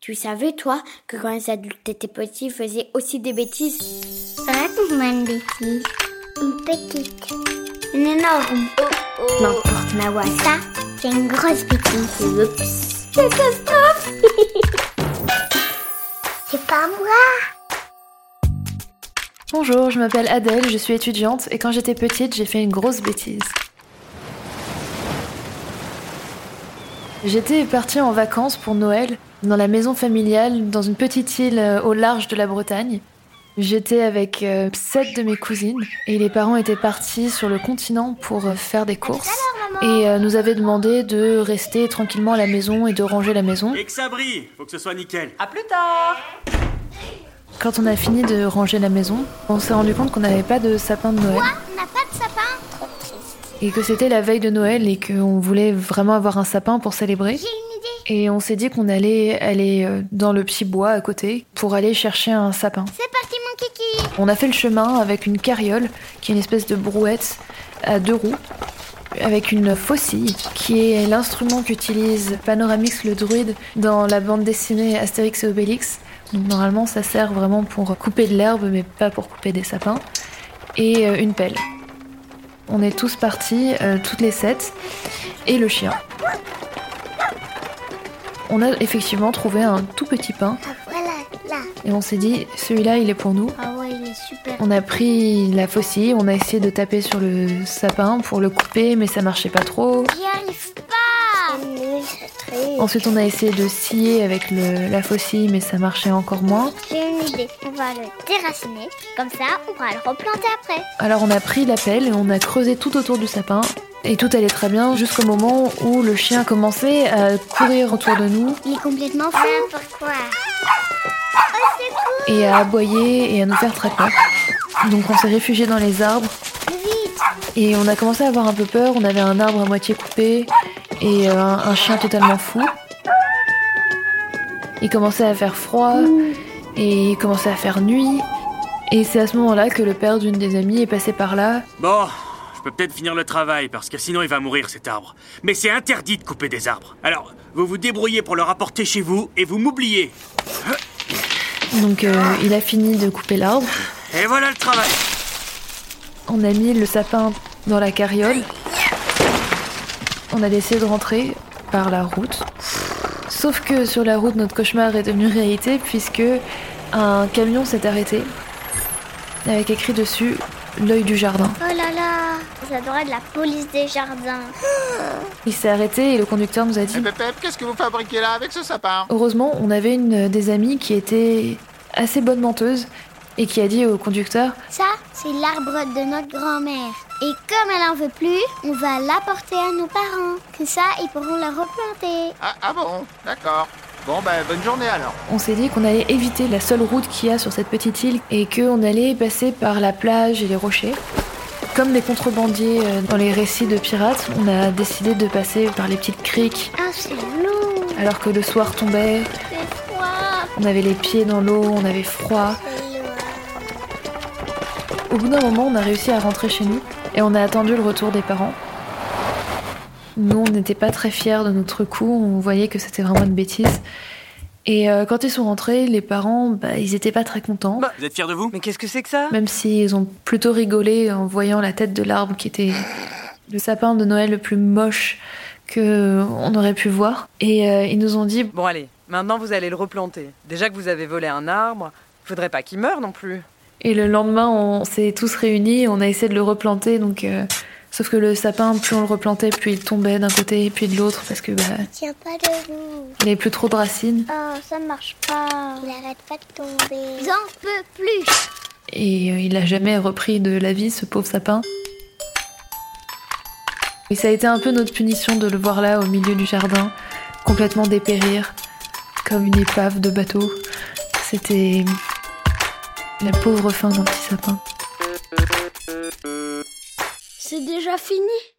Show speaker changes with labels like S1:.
S1: Tu savais, toi, que quand les adultes étaient petits, ils faisaient aussi des bêtises
S2: Raconte-moi une bêtise. Une petite. Une énorme.
S1: Oh, N'importe ma voix.
S2: Ça, c'est une grosse bêtise.
S1: Oups.
S2: Catastrophe C'est pas moi
S3: Bonjour, je m'appelle Adèle, je suis étudiante et quand j'étais petite, j'ai fait une grosse bêtise. J'étais partie en vacances pour Noël dans la maison familiale dans une petite île euh, au large de la Bretagne. J'étais avec euh, sept de mes cousines et les parents étaient partis sur le continent pour euh, faire des courses et euh, nous avaient demandé de rester tranquillement à la maison et de ranger la maison.
S4: Et que ça brille, faut que ce soit nickel.
S5: À plus tard
S3: Quand on a fini de ranger la maison, on s'est rendu compte qu'on n'avait pas de sapin de Noël.
S2: On n'a pas de sapin Trop triste.
S3: et que c'était la veille de Noël et qu'on voulait vraiment avoir un sapin pour célébrer.
S2: J'ai une idée.
S3: Et on s'est dit qu'on allait aller euh, dans le petit bois à côté pour aller chercher un sapin.
S2: C'est parti, mon kiki
S3: On a fait le chemin avec une carriole, qui est une espèce de brouette à deux roues, avec une faucille, qui est l'instrument qu'utilise Panoramix le druide dans la bande dessinée Astérix et Obélix. Donc normalement ça sert vraiment pour couper de l'herbe, mais pas pour couper des sapins. Et euh, une pelle. On est tous partis, euh, toutes les sept, et le chien. On a effectivement trouvé un tout petit pain
S2: Ah, voilà, là.
S3: et on s'est dit celui-là il est pour nous.
S2: Ah ouais, il est super.
S3: On a pris la faucille, on a essayé de taper sur le sapin pour le couper, mais ça marchait pas trop.
S2: J'y arrive pas
S3: Ensuite, on a essayé de scier avec le- la faucille, mais ça marchait encore moins.
S2: J'ai une idée. On va le déraciner. Comme ça, on pourra le replanter après.
S3: Alors, on a pris la pelle et on a creusé tout autour du sapin. Et tout allait très bien jusqu'au moment où le chien commençait à courir autour de nous
S2: Il est complètement fou. N'importe quoi.
S3: et à aboyer et à nous faire très peur. Donc, on s'est réfugié dans les arbres
S2: Vite
S3: et on a commencé à avoir un peu peur. On avait un arbre à moitié coupé et euh, un, un chien totalement fou. Il commençait à faire froid et il commençait à faire nuit. Et c'est à ce moment-là que le père d'une des amies est passé par là.
S4: Bon, je peux peut-être finir le travail parce que sinon il va mourir cet arbre. Mais c'est interdit de couper des arbres. Alors, vous vous débrouillez pour le rapporter chez vous et vous m'oubliez.
S3: Donc euh, il a fini de couper l'arbre.
S4: Et voilà le travail.
S3: On a mis le sapin dans la carriole. On a décidé de rentrer par la route. Sauf que sur la route, notre cauchemar est devenu réalité puisque un camion s'est arrêté avec écrit dessus l'œil du jardin.
S2: Oh là là Ça devrait être la police des jardins.
S3: Il s'est arrêté et le conducteur nous a dit
S6: Eh, Pépette, qu'est-ce que vous fabriquez là avec ce sapin
S3: Heureusement, on avait une des amies qui était assez bonne menteuse et qui a dit au conducteur
S2: Ça, c'est l'arbre de notre grand-mère. Et comme elle en veut plus, on va l'apporter à nos parents. Que ça, ils pourront le replanter.
S6: ah, ah bon, d'accord. Bon, ben, bonne journée alors.
S3: On s'est dit qu'on allait éviter la seule route qu'il y a sur cette petite île et qu'on allait passer par la plage et les rochers. Comme les contrebandiers euh, dans les récits de pirates, on a décidé de passer par les petites criques
S2: Ah, c'est lourd
S3: alors que le soir tombait,
S2: C'est froid
S3: on avait les pieds dans l'eau, on avait froid. Au bout d'un moment, on a réussi à rentrer chez nous et on a attendu le retour des parents. Nous, on n'était pas très fiers de notre coup, on voyait que c'était vraiment une bêtise. Et euh, quand ils sont rentrés, les parents, bah, ils n'étaient pas très contents.
S4: Vous êtes fiers de vous
S5: Mais qu'est-ce que c'est que ça
S3: Même s'ils ont plutôt rigolé en voyant la tête de l'arbre qui était le sapin de Noël le plus moche que on aurait pu voir. Et euh, ils nous ont dit
S5: Bon allez, maintenant vous allez le replanter. Déjà que vous avez volé un arbre, faudrait pas qu'il meure non plus.
S3: et le lendemain on s'est tous réunis, on a essayé de le replanter donc euh, sauf que le sapin plus on le replantait plus il tombait d'un côté puis de l'autre parce que bah,
S2: Tiens pas debout.
S3: il avait plus trop de racines
S2: Oh, ça ne marche pas. Il arrête pas de tomber. J'en peux plus.
S3: et euh, il a jamais repris de la vie ce pauvre sapin. Et ça a été un peu notre punition de le voir là au milieu du jardin, complètement dépérir, comme une épave de bateau. C'était la pauvre fin d'un petit sapin.
S1: C'est déjà fini